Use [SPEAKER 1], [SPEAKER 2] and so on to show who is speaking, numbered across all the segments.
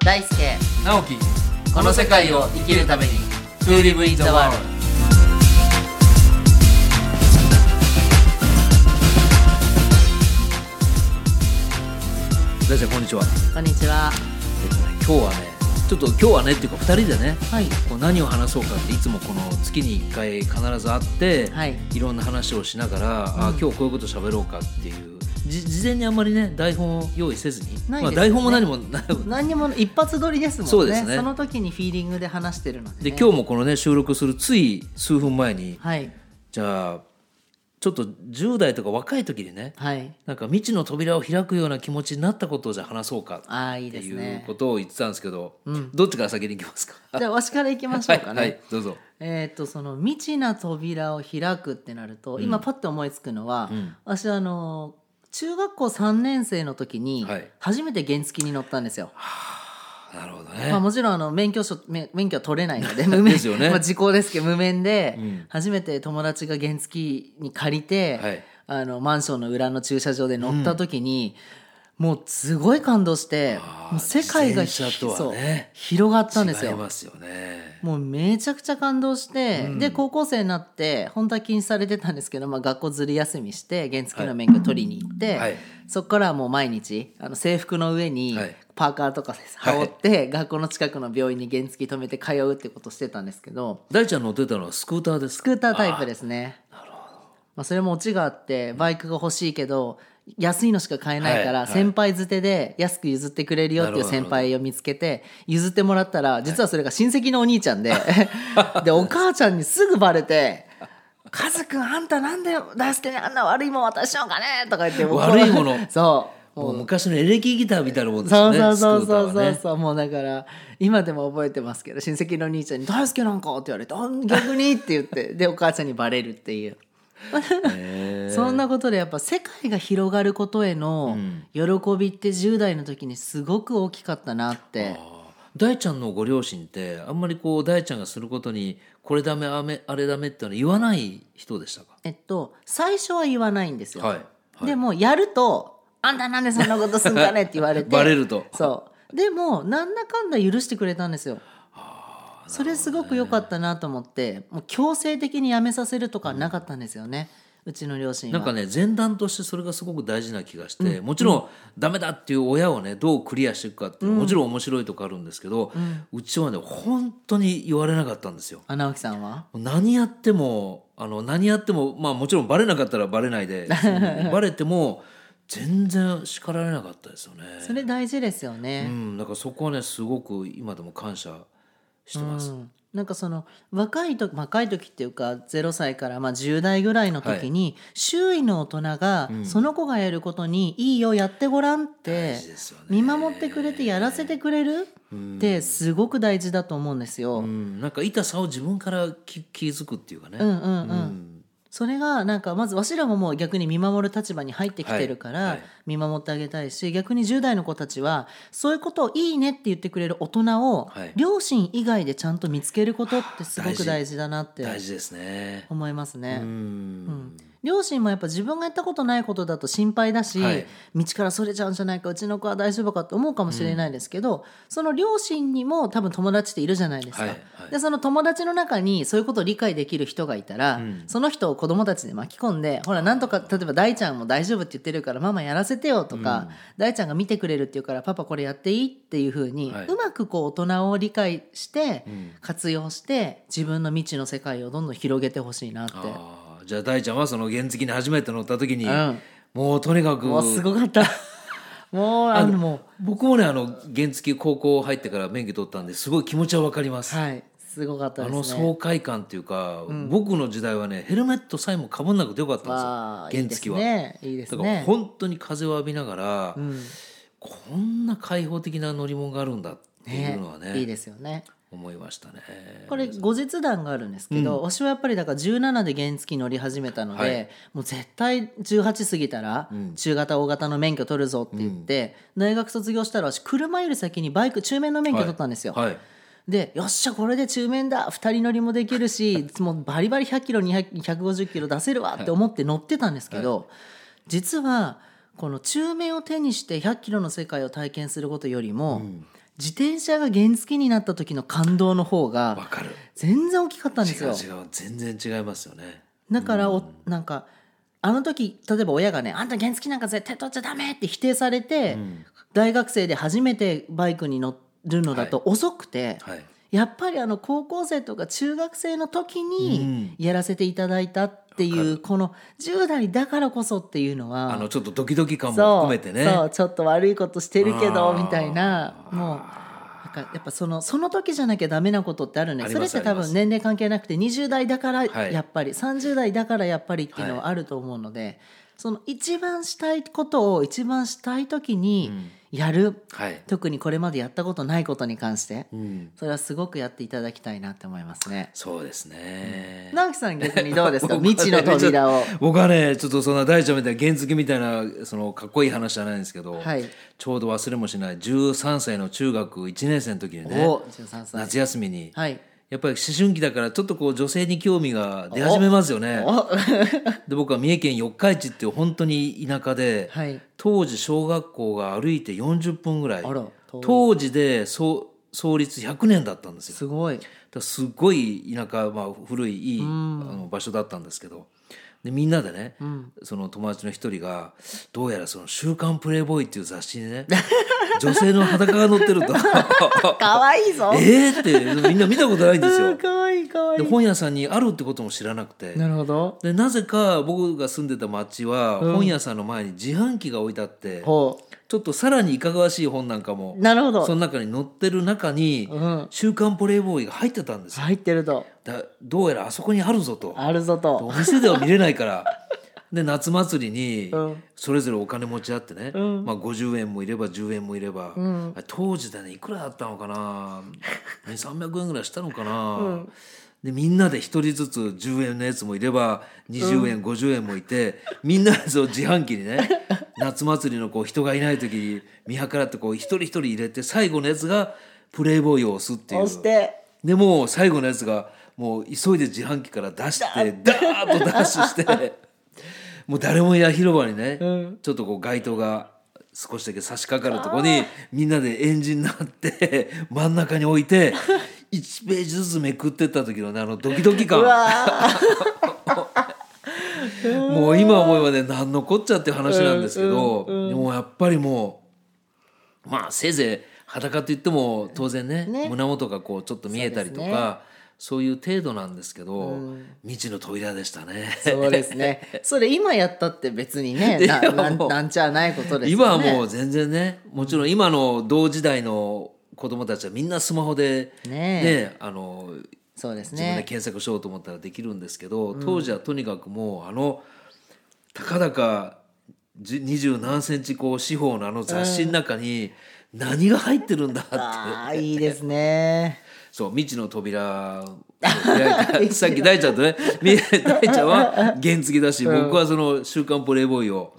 [SPEAKER 1] 大輔
[SPEAKER 2] 直樹
[SPEAKER 1] この世界を生きるために
[SPEAKER 2] To live in the world 大ちゃんこんにちは、
[SPEAKER 1] こんにちは
[SPEAKER 2] えっとね、今日はねちょっと今日はねっていうか2人でね
[SPEAKER 1] はい
[SPEAKER 2] こう何を話そうかっていつもこの月に1回必ず会って、
[SPEAKER 1] はい
[SPEAKER 2] ろんな話をしながら、あ今日こういうこと喋ろうかっていうじ事前にあんまりね台本を用意せずに、
[SPEAKER 1] ないですよね
[SPEAKER 2] まあ、台本も何もな
[SPEAKER 1] 何にも一発撮りですもんね
[SPEAKER 2] そうですね
[SPEAKER 1] その時にフィーリングで話してるので,、
[SPEAKER 2] で
[SPEAKER 1] ね、
[SPEAKER 2] 今日もこのね収録するつい数分前に
[SPEAKER 1] はい
[SPEAKER 2] じゃあちょっと10代とか若い時にね
[SPEAKER 1] はい
[SPEAKER 2] なんか未知の扉を開くような気持ちになったことをじゃあ話そうかっ
[SPEAKER 1] ああいい
[SPEAKER 2] て
[SPEAKER 1] です
[SPEAKER 2] いう
[SPEAKER 1] ね
[SPEAKER 2] ことを言ってたんですけどどっちから先に行きま すか
[SPEAKER 1] じゃあわしから行きましょ
[SPEAKER 2] は
[SPEAKER 1] う
[SPEAKER 2] い、
[SPEAKER 1] かね、
[SPEAKER 2] はい、どうぞ
[SPEAKER 1] えーっとその未知な扉を開くってなると、今パッと思いつくのは、私あの中学校3年生の時に
[SPEAKER 2] はい
[SPEAKER 1] 初めて原付に乗ったんですよ、
[SPEAKER 2] なるほど
[SPEAKER 1] まあ、
[SPEAKER 2] ね
[SPEAKER 1] もちろんあの免許証免免許は取れないの で無免
[SPEAKER 2] ですよ ね
[SPEAKER 1] まあ時効ですけど無免で、初めて友達が原付に借りて、
[SPEAKER 2] はい
[SPEAKER 1] あのマンションの裏の駐車場で乗った時に、もうすごい感動して
[SPEAKER 2] あー
[SPEAKER 1] もう世界がひ
[SPEAKER 2] 自転車とはね
[SPEAKER 1] そう広がったんです
[SPEAKER 2] 違い
[SPEAKER 1] よ。
[SPEAKER 2] ますよね
[SPEAKER 1] もうめちゃくちゃ感動して、で高校生になって本当は禁止されてたんですけど、まあ、学校ずり休みして原付の免許取りに行って、
[SPEAKER 2] はい
[SPEAKER 1] そこからはもう毎日あの制服の上に
[SPEAKER 2] はい
[SPEAKER 1] パーカーとかで
[SPEAKER 2] はい
[SPEAKER 1] 羽織って、学校の近くの病院に原付止めて通うってことしてたんですけど
[SPEAKER 2] 大ちゃん乗ってたのはスクーターです
[SPEAKER 1] ス
[SPEAKER 2] か
[SPEAKER 1] クータータイプですね。まあ、それもオチがあってバイクが欲しいけど安いのしか買えないか
[SPEAKER 2] はい
[SPEAKER 1] ら
[SPEAKER 2] はい
[SPEAKER 1] 先輩づてで安く譲ってくれるよっていう先輩を見つけて譲ってもらったら実はそれが親戚のお兄ちゃ んででお母ちゃんにすぐバレて「カズくんあんたなんで大輔にあんな悪いもん渡しちゃうかね」とか言って僕は
[SPEAKER 2] 悪いもの
[SPEAKER 1] そう
[SPEAKER 2] もう昔のエレキギターみたいなもんで
[SPEAKER 1] そ
[SPEAKER 2] すよ
[SPEAKER 1] う
[SPEAKER 2] ね
[SPEAKER 1] そうそう
[SPEAKER 2] スクータ
[SPEAKER 1] そ
[SPEAKER 2] ー
[SPEAKER 1] う
[SPEAKER 2] は
[SPEAKER 1] そう
[SPEAKER 2] ね
[SPEAKER 1] そう、もうだから今でも覚えてますけど親戚の兄ちゃんに「大好きなんか」って言われてあ「逆に」って言って でお母ちゃんにバレるっていう
[SPEAKER 2] へ
[SPEAKER 1] そんなことでやっぱ世界が広がることへの喜びって10代の時にすごく大きかったなって
[SPEAKER 2] 大ちゃんのご両親ってあんまりこう大ちゃんがすることにこれダメあめあれダメってのは言わない人でしたか
[SPEAKER 1] えっと最初は言わないんですよ、
[SPEAKER 2] はいはい
[SPEAKER 1] でもやると「あんたなんでそんなことすんかね」って言われて
[SPEAKER 2] バレると
[SPEAKER 1] そうでもなんだかんだ許してくれたんですよそれすごく良かったなと思ってもう強制的にやめさせるとかなかったんですよね、うちの両親
[SPEAKER 2] な
[SPEAKER 1] は
[SPEAKER 2] んかね前段としてそれがすごく大事な気がして、もちろんダメだっていう親をねどうクリアしていくかっていうのはもちろん面白いとこあるんですけど、うちはね本当に言われなかったんですよ。
[SPEAKER 1] あ直樹さんは
[SPEAKER 2] 何やってもあの何やってもまあもちろんバレなかったらバレない でバレても全然叱られなかったですよね。
[SPEAKER 1] それ大事ですよね、
[SPEAKER 2] うん、だからそこはねすごく今でも感謝してます。
[SPEAKER 1] うんなんかその若い時若い時っていうか0歳からまあ10代ぐらいの時に、周囲の大人がその子がやることに「いいよやってごらん」って
[SPEAKER 2] 事ですよね
[SPEAKER 1] 見守ってくれてやらせてくれるってすごく大事だと思うんですよ。う
[SPEAKER 2] うんん、なんか痛さを自分から気気づくっていうかね。
[SPEAKER 1] うんうんそれがなんかまずわしらももう逆に見守る立場に入ってきてるか
[SPEAKER 2] はいは
[SPEAKER 1] ら
[SPEAKER 2] い
[SPEAKER 1] 見守ってあげたいし逆に10代の子たちはそういうことをいいねって言ってくれる大人を
[SPEAKER 2] はい
[SPEAKER 1] 両親以外でちゃんと見つけることってすご
[SPEAKER 2] 大事
[SPEAKER 1] く大事だなって
[SPEAKER 2] 大事ですね。
[SPEAKER 1] 思いますね、
[SPEAKER 2] うん
[SPEAKER 1] 両親もやっぱ自分がやったことないことだと心配だし、
[SPEAKER 2] はい
[SPEAKER 1] 道からそれちゃうんじゃないかうちの子は大丈夫かって思うかもしれないですけど、その両親にも多分友達っているじゃないですか、
[SPEAKER 2] はいはい
[SPEAKER 1] でその友達の中にそういうことを理解できる人がいたら、その人を子供たちで巻き込んでほらなんとか例えば大ちゃんも大丈夫って言ってるからママやらせてよとか、大ちゃんが見てくれるって言うからパパこれやっていいっていうふうに、
[SPEAKER 2] はいう
[SPEAKER 1] まくこう大人を理解して、活用して自分の未知の世界をどんどん広げてほしいなって。
[SPEAKER 2] あーじゃあ大ちゃんはその原付に初めて乗った時に、
[SPEAKER 1] うん
[SPEAKER 2] もうとにかく
[SPEAKER 1] もうすごか った。もう、あの、も
[SPEAKER 2] 僕もねあの原付高校入ってから免許取ったんですごい気持ちは分かります。
[SPEAKER 1] う、はい、すごかった
[SPEAKER 2] あ
[SPEAKER 1] ですね。
[SPEAKER 2] の爽快感っていうか、僕の時代はねヘルメットさえもかぶんなくてよかったんですよ
[SPEAKER 1] あー
[SPEAKER 2] 原付は。
[SPEAKER 1] いいですね。
[SPEAKER 2] だ
[SPEAKER 1] いいです
[SPEAKER 2] から
[SPEAKER 1] ね。
[SPEAKER 2] 本当に風を浴びながら、こんな開放的な乗り物があるんだっていうのはね
[SPEAKER 1] いいですよね。
[SPEAKER 2] 思いましたね。
[SPEAKER 1] これ後日談があるんですけど、私はやっぱりだから17で原付乗り始めたので、
[SPEAKER 2] はい
[SPEAKER 1] もう絶対18過ぎたら中型大型の免許取るぞって言って、大学卒業したら私車より先にバイク中面の免許取ったんですよ。
[SPEAKER 2] はい、
[SPEAKER 1] でよっしゃこれで中面だ2人乗りもできるしもうバリバリ100キロ200 150キロ出せるわって思って乗ってたんですけど、実はこの中面を手にして100キロの世界を体験することよりも、自転車が原付になった時の感動の方
[SPEAKER 2] わ
[SPEAKER 1] が
[SPEAKER 2] かる
[SPEAKER 1] 全然大きかったんで
[SPEAKER 2] 違
[SPEAKER 1] す
[SPEAKER 2] う
[SPEAKER 1] よ
[SPEAKER 2] 違う全然違いますよね
[SPEAKER 1] だからおなんかあの時例えば親がね「あんた原付なんか絶対取っちゃダメ!」って否定されて、大学生で初めてバイクに乗るのだと遅くて、
[SPEAKER 2] はい
[SPEAKER 1] やっぱりあの高校生とか中学生の時にやらせていただいたっていう、この10代だからこそっていうのは
[SPEAKER 2] あのちょっとドキドキ感も
[SPEAKER 1] そう
[SPEAKER 2] 含めてね
[SPEAKER 1] そうちょっと悪いことしてるけど
[SPEAKER 2] あー
[SPEAKER 1] みたいなもうなんかやっぱそのその時じゃなきゃダメなことってあるね
[SPEAKER 2] あり
[SPEAKER 1] そ
[SPEAKER 2] ま
[SPEAKER 1] れ
[SPEAKER 2] す
[SPEAKER 1] って多
[SPEAKER 2] ありま
[SPEAKER 1] 分
[SPEAKER 2] す
[SPEAKER 1] 年齢関係なくて20代だから
[SPEAKER 2] はい
[SPEAKER 1] やっぱり、30代だからやっぱりっていうのはあると思うので、その一番したいことを一番したい時にやる、
[SPEAKER 2] はい、
[SPEAKER 1] 特にこれまでやったことないことに関して、
[SPEAKER 2] うん、
[SPEAKER 1] それはすごくやっていただきたいなって思いますね。
[SPEAKER 2] そうですね、
[SPEAKER 1] 直樹さん逆にどう ですか未知の扉を。
[SPEAKER 2] 僕はねちょっとそんな大ちゃんみたいな原付みたいなそのかっこいい話じゃないんですけど、
[SPEAKER 1] はい
[SPEAKER 2] ちょうど忘れもしない13歳の中学1年生の時にね
[SPEAKER 1] お13歳。
[SPEAKER 2] 夏休みに、
[SPEAKER 1] はい。
[SPEAKER 2] やっぱり思春期だからちょっとこう女性に興味が出始めますよね
[SPEAKER 1] お
[SPEAKER 2] で僕は三重県四日市っていう本当に田舎で、
[SPEAKER 1] はい
[SPEAKER 2] 当時小学校が歩いて40分ぐらい
[SPEAKER 1] あら遠い
[SPEAKER 2] 当時で創創立100年だったんですよ
[SPEAKER 1] すごい。
[SPEAKER 2] だからすごい田舎、まあ、古いいいあの場所だったんですけどでみんなでね、その友達の一人がどうやらその「週刊プレイボーイ」っていう雑誌にね 女性の裸が載って ると
[SPEAKER 1] 可愛いぞ。
[SPEAKER 2] えーってみんな見たことないんですよ。
[SPEAKER 1] 可愛い可愛
[SPEAKER 2] で
[SPEAKER 1] い。
[SPEAKER 2] 本屋さんにあるってことも知らなくて
[SPEAKER 1] なるほど。
[SPEAKER 2] でなぜか僕が住んでた町は本屋さんの前に自販機が置いてあって、
[SPEAKER 1] ほ
[SPEAKER 2] ちょっとさらにいかがわしい本なんかも
[SPEAKER 1] う。なるほ
[SPEAKER 2] そ
[SPEAKER 1] ど。
[SPEAKER 2] の中に載ってる中に
[SPEAKER 1] うん
[SPEAKER 2] 「週刊プレイボーイ」が入ってたんですよ
[SPEAKER 1] 入ってると。
[SPEAKER 2] だどうやらあそこにあるぞと
[SPEAKER 1] あるぞと。
[SPEAKER 2] お店では見れないからで夏祭りに
[SPEAKER 1] うん
[SPEAKER 2] それぞれお金持ちあってね、まあ、50円もいれば10円もいれば、あれ当時だねいくらだったのか な2 3 0 0円ぐらいしたのかな、でみんなで1人ずつ10円のやつもいれば20円、50円もいてみんなでそう自販機にね 夏祭りのこう人がいない時に見計らってこう一人一人入れて最後のやつがプレイボーイを押すっていう
[SPEAKER 1] そ。 して。
[SPEAKER 2] でもう最後のやつがもう急いで自販機から出してダーッとダッシュしてもう誰もいない広場にね、ちょっとこう街灯が少しだけ差し掛かるとこにみんなでエンジンになって真ん中に置いて1ページずつめくってった時のねあのドキドキ
[SPEAKER 1] う
[SPEAKER 2] 感
[SPEAKER 1] わ
[SPEAKER 2] もう今思えばね何のこっちゃっていう話なんですけど、でもやっぱりもうまあせいぜい裸といっても当然ね
[SPEAKER 1] ね
[SPEAKER 2] 胸元がこうちょっと見えたりと
[SPEAKER 1] そうです
[SPEAKER 2] かそう,、いう程度なんですけど、未知の扉でしたね。
[SPEAKER 1] ー。そうですね。それ今やったって別に ね、ななんなんちゃないことですよね。
[SPEAKER 2] 今はもう全然ねもちろん今の同時代の子供たちはみんなスマホで、
[SPEAKER 1] ね
[SPEAKER 2] ね
[SPEAKER 1] え
[SPEAKER 2] あの
[SPEAKER 1] そうです
[SPEAKER 2] 自分で
[SPEAKER 1] ね。
[SPEAKER 2] 検索しようと思ったらできるんですけど、当時はとにかくもうあのたかだかじ二十何センチこう四方のあの雑誌の中に何が入ってるんだって、
[SPEAKER 1] ああいいですね。
[SPEAKER 2] そう未知の扉を開 いたさっき大ちゃんとねみ大ちゃんは原付だし、僕はその「週刊プレイボーイ」を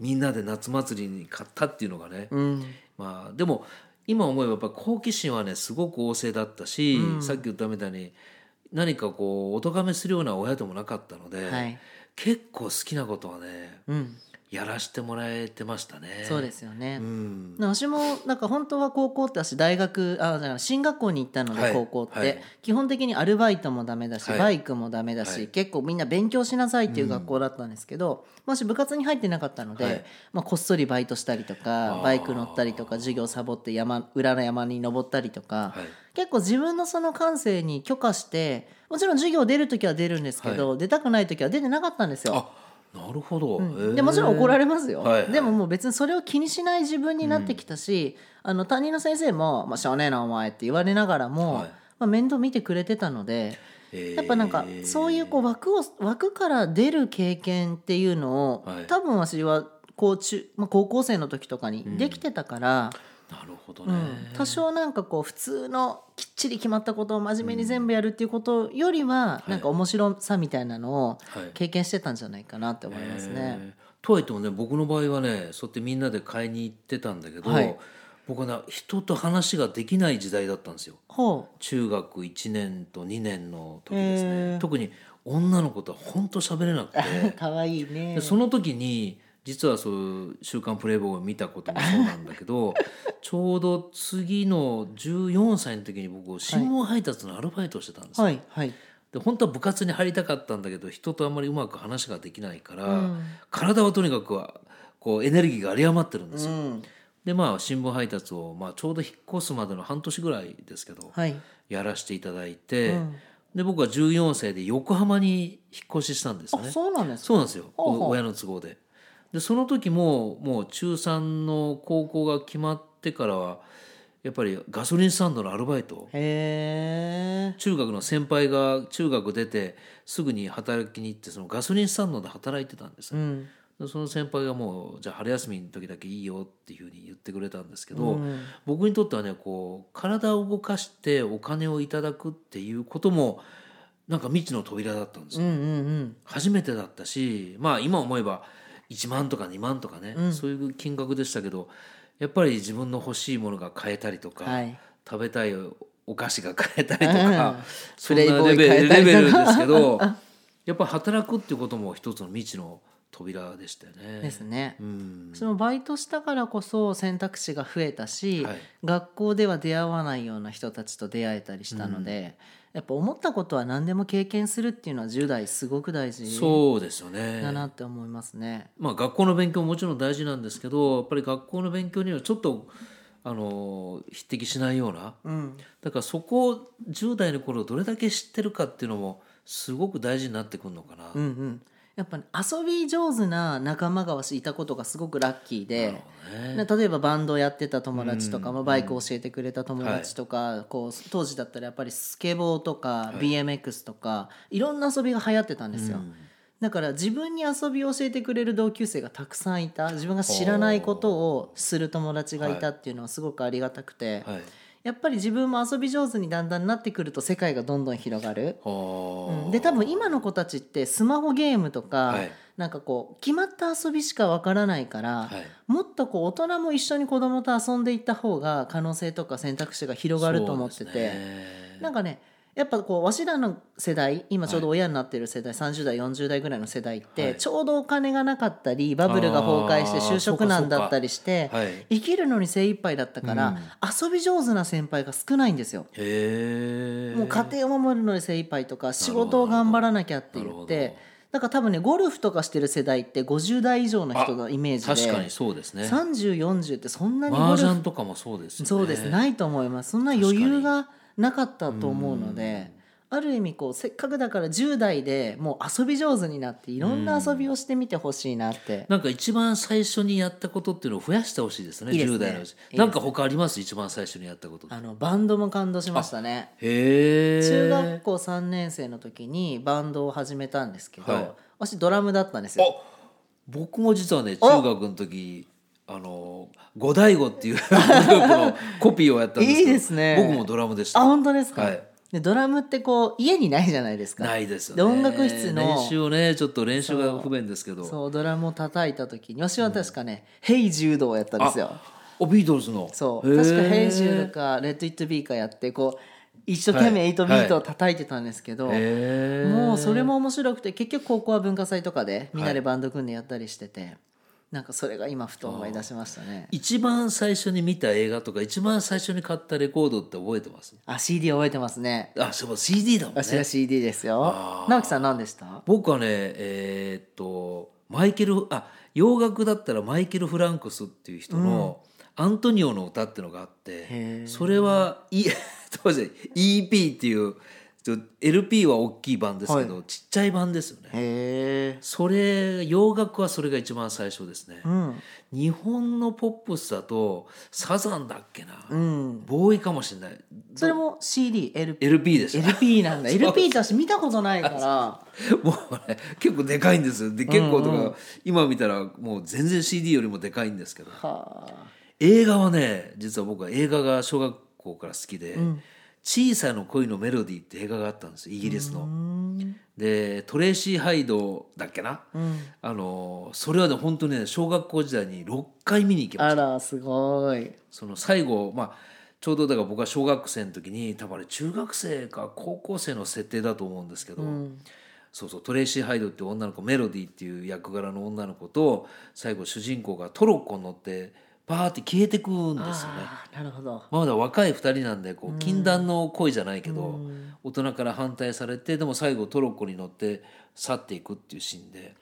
[SPEAKER 2] みんなで夏祭りに買ったっていうのがね、まあでも今思えばやっぱ好奇心はねすごく旺盛だったし、さっき言ったみたいに何かこうお咎めするような親でもなかったので、
[SPEAKER 1] はい
[SPEAKER 2] 結構好きなことはね、
[SPEAKER 1] うん。
[SPEAKER 2] やらしてもらえてましたね。
[SPEAKER 1] そうですよね。
[SPEAKER 2] うん
[SPEAKER 1] 私もなんか本当は高校って私大学あじゃあ進学校に行ったので、
[SPEAKER 2] はい
[SPEAKER 1] 高校って、
[SPEAKER 2] はい
[SPEAKER 1] 基本的にアルバイトもダメだし、
[SPEAKER 2] はい
[SPEAKER 1] バイクもダメだし、
[SPEAKER 2] はい
[SPEAKER 1] 結構みんな勉強しなさいっていう学校だったんですけど、もし部活に入ってなかったので、
[SPEAKER 2] はい
[SPEAKER 1] まあ、こっそりバイトしたりとか
[SPEAKER 2] ー
[SPEAKER 1] バイク乗ったりとか授業サボって山裏の山に登ったりとか、
[SPEAKER 2] はい
[SPEAKER 1] 結構自分のその感性に許可してもちろん授業出る時は出るんですけど、出たくない時は出てなかったんですよ。
[SPEAKER 2] あなるほど、
[SPEAKER 1] でもちろん怒
[SPEAKER 2] れ
[SPEAKER 1] られますよ、
[SPEAKER 2] はいはい
[SPEAKER 1] でももう別にそれを気にしない自分になってきたし、あの担任の先生も「まあ、しょうねえなお前」って言われながらも、
[SPEAKER 2] はい
[SPEAKER 1] まあ、面倒見てくれてたのでやっぱなんかそういうこう枠を枠から出る経験っていうのを、
[SPEAKER 2] はい
[SPEAKER 1] 多分私はこう中、まあ、高校生の時とかにできてたから、
[SPEAKER 2] なるほど
[SPEAKER 1] う
[SPEAKER 2] ね、
[SPEAKER 1] ん多少なんかこう普通のきっちり決まったことを真面目に全部やるっていうことよりは、
[SPEAKER 2] い
[SPEAKER 1] なんか面白さみたいなのを
[SPEAKER 2] はい
[SPEAKER 1] 経験してたんじゃないかなって思いますね。
[SPEAKER 2] えーとはいってもね僕の場合はねそうやってみんなで買いに行ってたんだけど、
[SPEAKER 1] はい
[SPEAKER 2] 僕はね人と話ができない時代だったんですよ
[SPEAKER 1] ほう
[SPEAKER 2] 中学1年と2年の時です
[SPEAKER 1] へー
[SPEAKER 2] ね特に女の子とは本当喋れなくて
[SPEAKER 1] かわいいね
[SPEAKER 2] で。その時に実はそう「週刊プレイボーイ」を見たこともそうなんだ けどちょうど次の14歳の時に僕新聞配達のアルバイトをしてたんですよ、
[SPEAKER 1] はいはい
[SPEAKER 2] で本当は部活に入りたかったんだけど人とあんまりうまく話ができないから、体はとにかくはこうエネルギーが有り余ってるんですよ。でまあ新聞配達を、まあ、ちょうど引っ越すまでの半年ぐらいですけど、
[SPEAKER 1] はい
[SPEAKER 2] やらせていただいて、で僕は14歳で横浜に引っ越ししたんですよね。
[SPEAKER 1] そうなんです
[SPEAKER 2] そうなんですよ、お親の都合で。でその時ももう中3の高校が決まってからはやっぱりガソリンスタンドのアルバイト
[SPEAKER 1] へえ
[SPEAKER 2] 中学の先輩が中学出てすぐに働きに行ってそのガソリンスタンドで働いてたんです、
[SPEAKER 1] うん
[SPEAKER 2] でその先輩がもうじゃあ春休みの時だけいいよっていうふうに言ってくれたんですけど、僕にとってはねこう体を動かしてお金をいただくっていうこともなんか未知の扉だったんですよ
[SPEAKER 1] うんうん
[SPEAKER 2] 初めてだったしまあ今思えば1万とか2万とかね、そういう金額でしたけどやっぱり自分の欲しいものが買えたりとか、
[SPEAKER 1] はい
[SPEAKER 2] 食べたいお菓子が買えたりとか、そん
[SPEAKER 1] プ
[SPEAKER 2] な
[SPEAKER 1] レイボー
[SPEAKER 2] レ
[SPEAKER 1] イ
[SPEAKER 2] ベ
[SPEAKER 1] 買
[SPEAKER 2] ルレ
[SPEAKER 1] え
[SPEAKER 2] ベ
[SPEAKER 1] たり
[SPEAKER 2] ル
[SPEAKER 1] とか
[SPEAKER 2] です けどやっぱ働くっていうことも一つの未知の扉でしたよね。
[SPEAKER 1] ですね
[SPEAKER 2] うん
[SPEAKER 1] そのバイトしたからこそ選択肢が増えたし、
[SPEAKER 2] はい
[SPEAKER 1] 学校では出会わないような人たちと出会えたりしたので、やっぱ思ったことは何でも経験するっていうのは10代すごく大事
[SPEAKER 2] そうですよね
[SPEAKER 1] だなって思いますね。
[SPEAKER 2] まあ、学校の勉強ももちろん大事なんですけどやっぱり学校の勉強にはちょっとあの匹敵しないような、だからそこを10代の頃どれだけ知ってるかっていうのもすごく大事になってくるのかな。
[SPEAKER 1] うんうん、やっぱ、ね、遊び上手な仲間が私いたことがすごくラッキーで。な例えばバンドやってた友達とか、まあバイク教えてくれた友達とか、こう当時だったらやっぱりスケボーとか BMX とか、い、ろんな遊びが流行ってたんですよ、だから自分に遊びを教えてくれる同級生がたくさんいた自分が知らないことをする友達がいたっていうのはすごくありがたくて、
[SPEAKER 2] はい
[SPEAKER 1] やっぱり自分も遊び上手にだんだんなってくると世界がどんどん広がる。
[SPEAKER 2] はあ
[SPEAKER 1] で多分今の子たちってスマホゲームとか、
[SPEAKER 2] はい
[SPEAKER 1] なんかこう決まった遊びしかわからないから、
[SPEAKER 2] はい
[SPEAKER 1] もっとこう大人も一緒に子供と遊んでいった方が可能性とか選択肢が広がると思って
[SPEAKER 2] そう
[SPEAKER 1] て、
[SPEAKER 2] ですね
[SPEAKER 1] なんかねやっぱこうわしらの世代今ちょうど親になってる世代、30代40代ぐらいの世代って、
[SPEAKER 2] はい
[SPEAKER 1] ちょうどお金がなかったりバブルが崩壊して
[SPEAKER 2] あー
[SPEAKER 1] 就職難だったりして、
[SPEAKER 2] はいへ
[SPEAKER 1] 生きるのに精一杯だったから、遊び上手な先輩が少ないんですよ。
[SPEAKER 2] え
[SPEAKER 1] もう家庭を守るのに精一杯とか仕事を頑張らなきゃって言っ
[SPEAKER 2] なるほ
[SPEAKER 1] て
[SPEAKER 2] ど
[SPEAKER 1] だから多分ねゴルフとかしてる世代って50代以上の人のイメージで
[SPEAKER 2] 確かにそうですね
[SPEAKER 1] 3040ってそんなにゴ
[SPEAKER 2] 麻
[SPEAKER 1] ルフ
[SPEAKER 2] 雀とかもそうですよね
[SPEAKER 1] そうですないと思いますそんな余裕がなかったと思うのである意味こうせっかくだから10代でもう遊び上手になっていろんな遊びをしてみてほしいなって
[SPEAKER 2] なんか一番最初にやったことっていうのを増やしてほしいですね
[SPEAKER 1] いいですね
[SPEAKER 2] 10代のうち
[SPEAKER 1] いいですね
[SPEAKER 2] なんか他あります一番最初にやったこと
[SPEAKER 1] あのバンドも感動しましたね。
[SPEAKER 2] へえ
[SPEAKER 1] 中学校3年生の時にバンドを始めたんですけど、
[SPEAKER 2] はい
[SPEAKER 1] 私ドラムだったんですよ。
[SPEAKER 2] 僕も実はね中学の時あの五大悟っていう グループのコピーをやったんですけど
[SPEAKER 1] いいですね
[SPEAKER 2] 僕もドラムでし
[SPEAKER 1] あ
[SPEAKER 2] た
[SPEAKER 1] 本当ですか、
[SPEAKER 2] はい
[SPEAKER 1] でドラムってこう家にないじゃないですか
[SPEAKER 2] ないですよね
[SPEAKER 1] で音楽室の
[SPEAKER 2] 練習をねちょっと練習が不便ですけど
[SPEAKER 1] そうドラムを叩いた時に私は確かね「ヘイ柔道」をやったんですよ
[SPEAKER 2] おビートルズの
[SPEAKER 1] そう
[SPEAKER 2] へー
[SPEAKER 1] 確か「ヘイ柔道」か「レッド・イット・ビー」かやってこう一生懸
[SPEAKER 2] は
[SPEAKER 1] 命
[SPEAKER 2] い
[SPEAKER 1] 8ビートを叩いてたんですけど、
[SPEAKER 2] へー
[SPEAKER 1] もうそれも面白くて結局高校は文化祭とかでみんなでバンド組んでやったりしてて、なんかそれが今ふと思い出しましたね
[SPEAKER 2] 一番最初に見た映画とか一番最初に買ったレコードって覚えてます
[SPEAKER 1] あ CD 覚えてますね
[SPEAKER 2] あそう CD だもんね
[SPEAKER 1] 私は CD ですよ直樹さん何でした
[SPEAKER 2] 僕はねえーっとマイケルあ洋楽だったらマイケル・フランクスっていう人の「アントニオの歌」ってのがあって、それは、E- 当時 EP っていうちょ LP は大きい版ですけど、ちっちゃい版ですよね。
[SPEAKER 1] へえ
[SPEAKER 2] それ洋楽はそれが一番最初ですね、日本のポップスだとサザンだっけな、ボーイかもしれない
[SPEAKER 1] それも CDLP
[SPEAKER 2] LP でした
[SPEAKER 1] LP なんだ LP だし見たことないから
[SPEAKER 2] もうね結構でかいんですよで結構とか、今見たらもう全然 CD よりもでかいんですけど
[SPEAKER 1] はあ
[SPEAKER 2] 映画はね実は僕は映画が小学校から好きで「小さな恋のメロディー」って映画があったんですよイギリスの。でトレーシー・ハイドだっけな、あのそれはね本当にね小学校時代に6回見に行きました
[SPEAKER 1] あらすごい
[SPEAKER 2] その最後、まあ、ちょうどだから僕は小学生の時に多分あれ中学生か高校生の設定だと思うんですけど、そうそうトレイシー・ハイドっていう女の子メロディーっていう役柄の女の子と最後主人公がトロッコに乗ってパーって消えてくんですよね。
[SPEAKER 1] あーなるほど
[SPEAKER 2] まだ若い2人なんでこう禁断の恋じゃないけど大人から反対されてでも最後トロッコに乗って去っていくっていうシーンで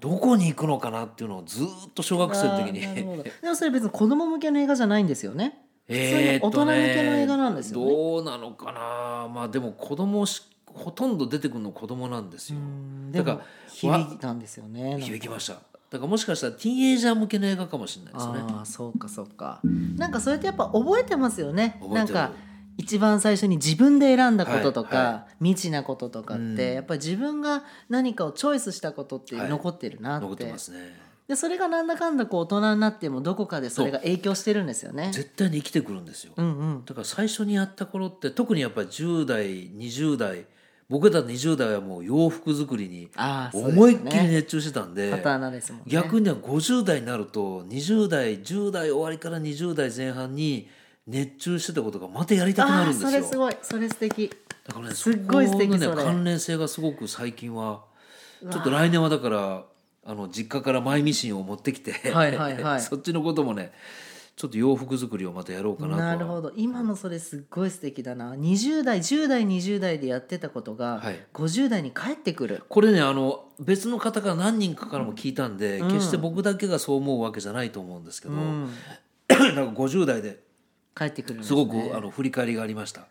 [SPEAKER 2] どこに行くのかなっていうのをずーっと小学生の時
[SPEAKER 1] あーなる
[SPEAKER 2] に
[SPEAKER 1] ほどでもそれ別に子供向けの映画じゃないんですよね
[SPEAKER 2] えー
[SPEAKER 1] 普通に大人
[SPEAKER 2] っとね
[SPEAKER 1] 向けの映画なんですよね
[SPEAKER 2] どうなのかなまあでも子供しほとんど出てくるの子供なんですよ
[SPEAKER 1] うんで
[SPEAKER 2] だか
[SPEAKER 1] も
[SPEAKER 2] ら
[SPEAKER 1] 響いたんですよねなんか
[SPEAKER 2] 響きましただからもしかしたらティーンエイジャー向けの映画かもしれないですね
[SPEAKER 1] ああそうかそうかなんかそれってやっぱ覚えてますよね
[SPEAKER 2] 覚え
[SPEAKER 1] なん
[SPEAKER 2] てる
[SPEAKER 1] か一番最初に自分で選んだこととか、
[SPEAKER 2] はい
[SPEAKER 1] 未知なこととかって、
[SPEAKER 2] うん
[SPEAKER 1] やっぱり自分が何かをチョイスしたことって
[SPEAKER 2] はい
[SPEAKER 1] 残ってるなって,、
[SPEAKER 2] 残ってますね
[SPEAKER 1] でそれがなんだかんだこう大人になってもどこかでそれが影響してるんですよね
[SPEAKER 2] 絶対に生きてくるんですよ
[SPEAKER 1] うんうん
[SPEAKER 2] だから最初にやった頃って特にやっぱり10代20代僕ら20代はもう洋服作りに
[SPEAKER 1] ああそうですよ
[SPEAKER 2] 思
[SPEAKER 1] ね
[SPEAKER 2] いっきり熱中してたんで
[SPEAKER 1] パターンですもんね
[SPEAKER 2] 逆には50代になると20代10代終わりから20代前半に熱中してたことがまたやりたくなるんですよ
[SPEAKER 1] ああそれすごいそれ素敵
[SPEAKER 2] だからね
[SPEAKER 1] すっごい素敵
[SPEAKER 2] そこ
[SPEAKER 1] そ
[SPEAKER 2] の
[SPEAKER 1] れ
[SPEAKER 2] ね関連性がすごく最近はちょっと来年はだからあの実家からマイミシンを持ってきて
[SPEAKER 1] はいはいはい
[SPEAKER 2] そっちのこともねちょっと洋服作りをまたやろうかなとは
[SPEAKER 1] なるほど今のそれすっごい素敵だな20代10代20代でやってたことが、
[SPEAKER 2] はい
[SPEAKER 1] 50代に帰ってくる
[SPEAKER 2] これねあの別の方から何人かからも聞いたんで、決して僕だけがそう思うわけじゃないと思うんですけど、 なんか50代で
[SPEAKER 1] 帰ってくるんです
[SPEAKER 2] す
[SPEAKER 1] ね
[SPEAKER 2] ごく、あの振り返りがありました。
[SPEAKER 1] あ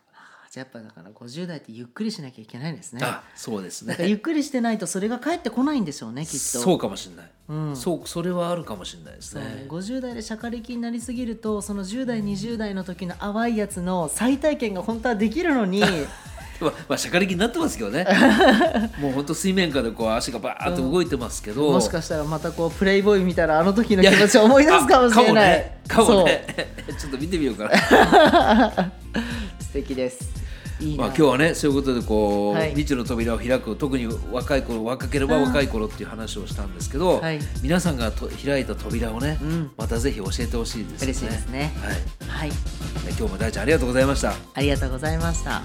[SPEAKER 1] じゃあやっぱだから50代ってゆっくりしなきゃいけないですね
[SPEAKER 2] あそうです
[SPEAKER 1] だ
[SPEAKER 2] ね
[SPEAKER 1] からゆっくりしてないとそれが返ってこないんでしょうねきっと
[SPEAKER 2] そうかもしれない、そうそれはあるかもしれないです
[SPEAKER 1] そうね
[SPEAKER 2] ね。
[SPEAKER 1] 50代でしゃかりきになりすぎるとその10代20代の時の淡いやつの再体験が本当はできるの に
[SPEAKER 2] まあまあしゃかりきになってますけど ねもうほんと水面下でこう足がバーッと動いてますけど
[SPEAKER 1] もしかしたらまたこうプレイボーイ見たらあの時の気持ちを思い出すかもしれない
[SPEAKER 2] あかもねかもねちょっと見てみようかな。
[SPEAKER 1] そう素敵ですいい
[SPEAKER 2] ま
[SPEAKER 1] な、
[SPEAKER 2] あ、今日はねそういうことでこう、
[SPEAKER 1] はい
[SPEAKER 2] 未知の扉を開く特に若い頃若ければ若い頃っていう話をしたんですけど、
[SPEAKER 1] はい
[SPEAKER 2] 皆さんがと開いた扉をね、
[SPEAKER 1] ん
[SPEAKER 2] またぜひ教えてほしいですね。
[SPEAKER 1] 嬉しいですねは
[SPEAKER 2] はい、
[SPEAKER 1] い
[SPEAKER 2] 今日も大ちゃんありがとうございました。
[SPEAKER 1] ありがとうございました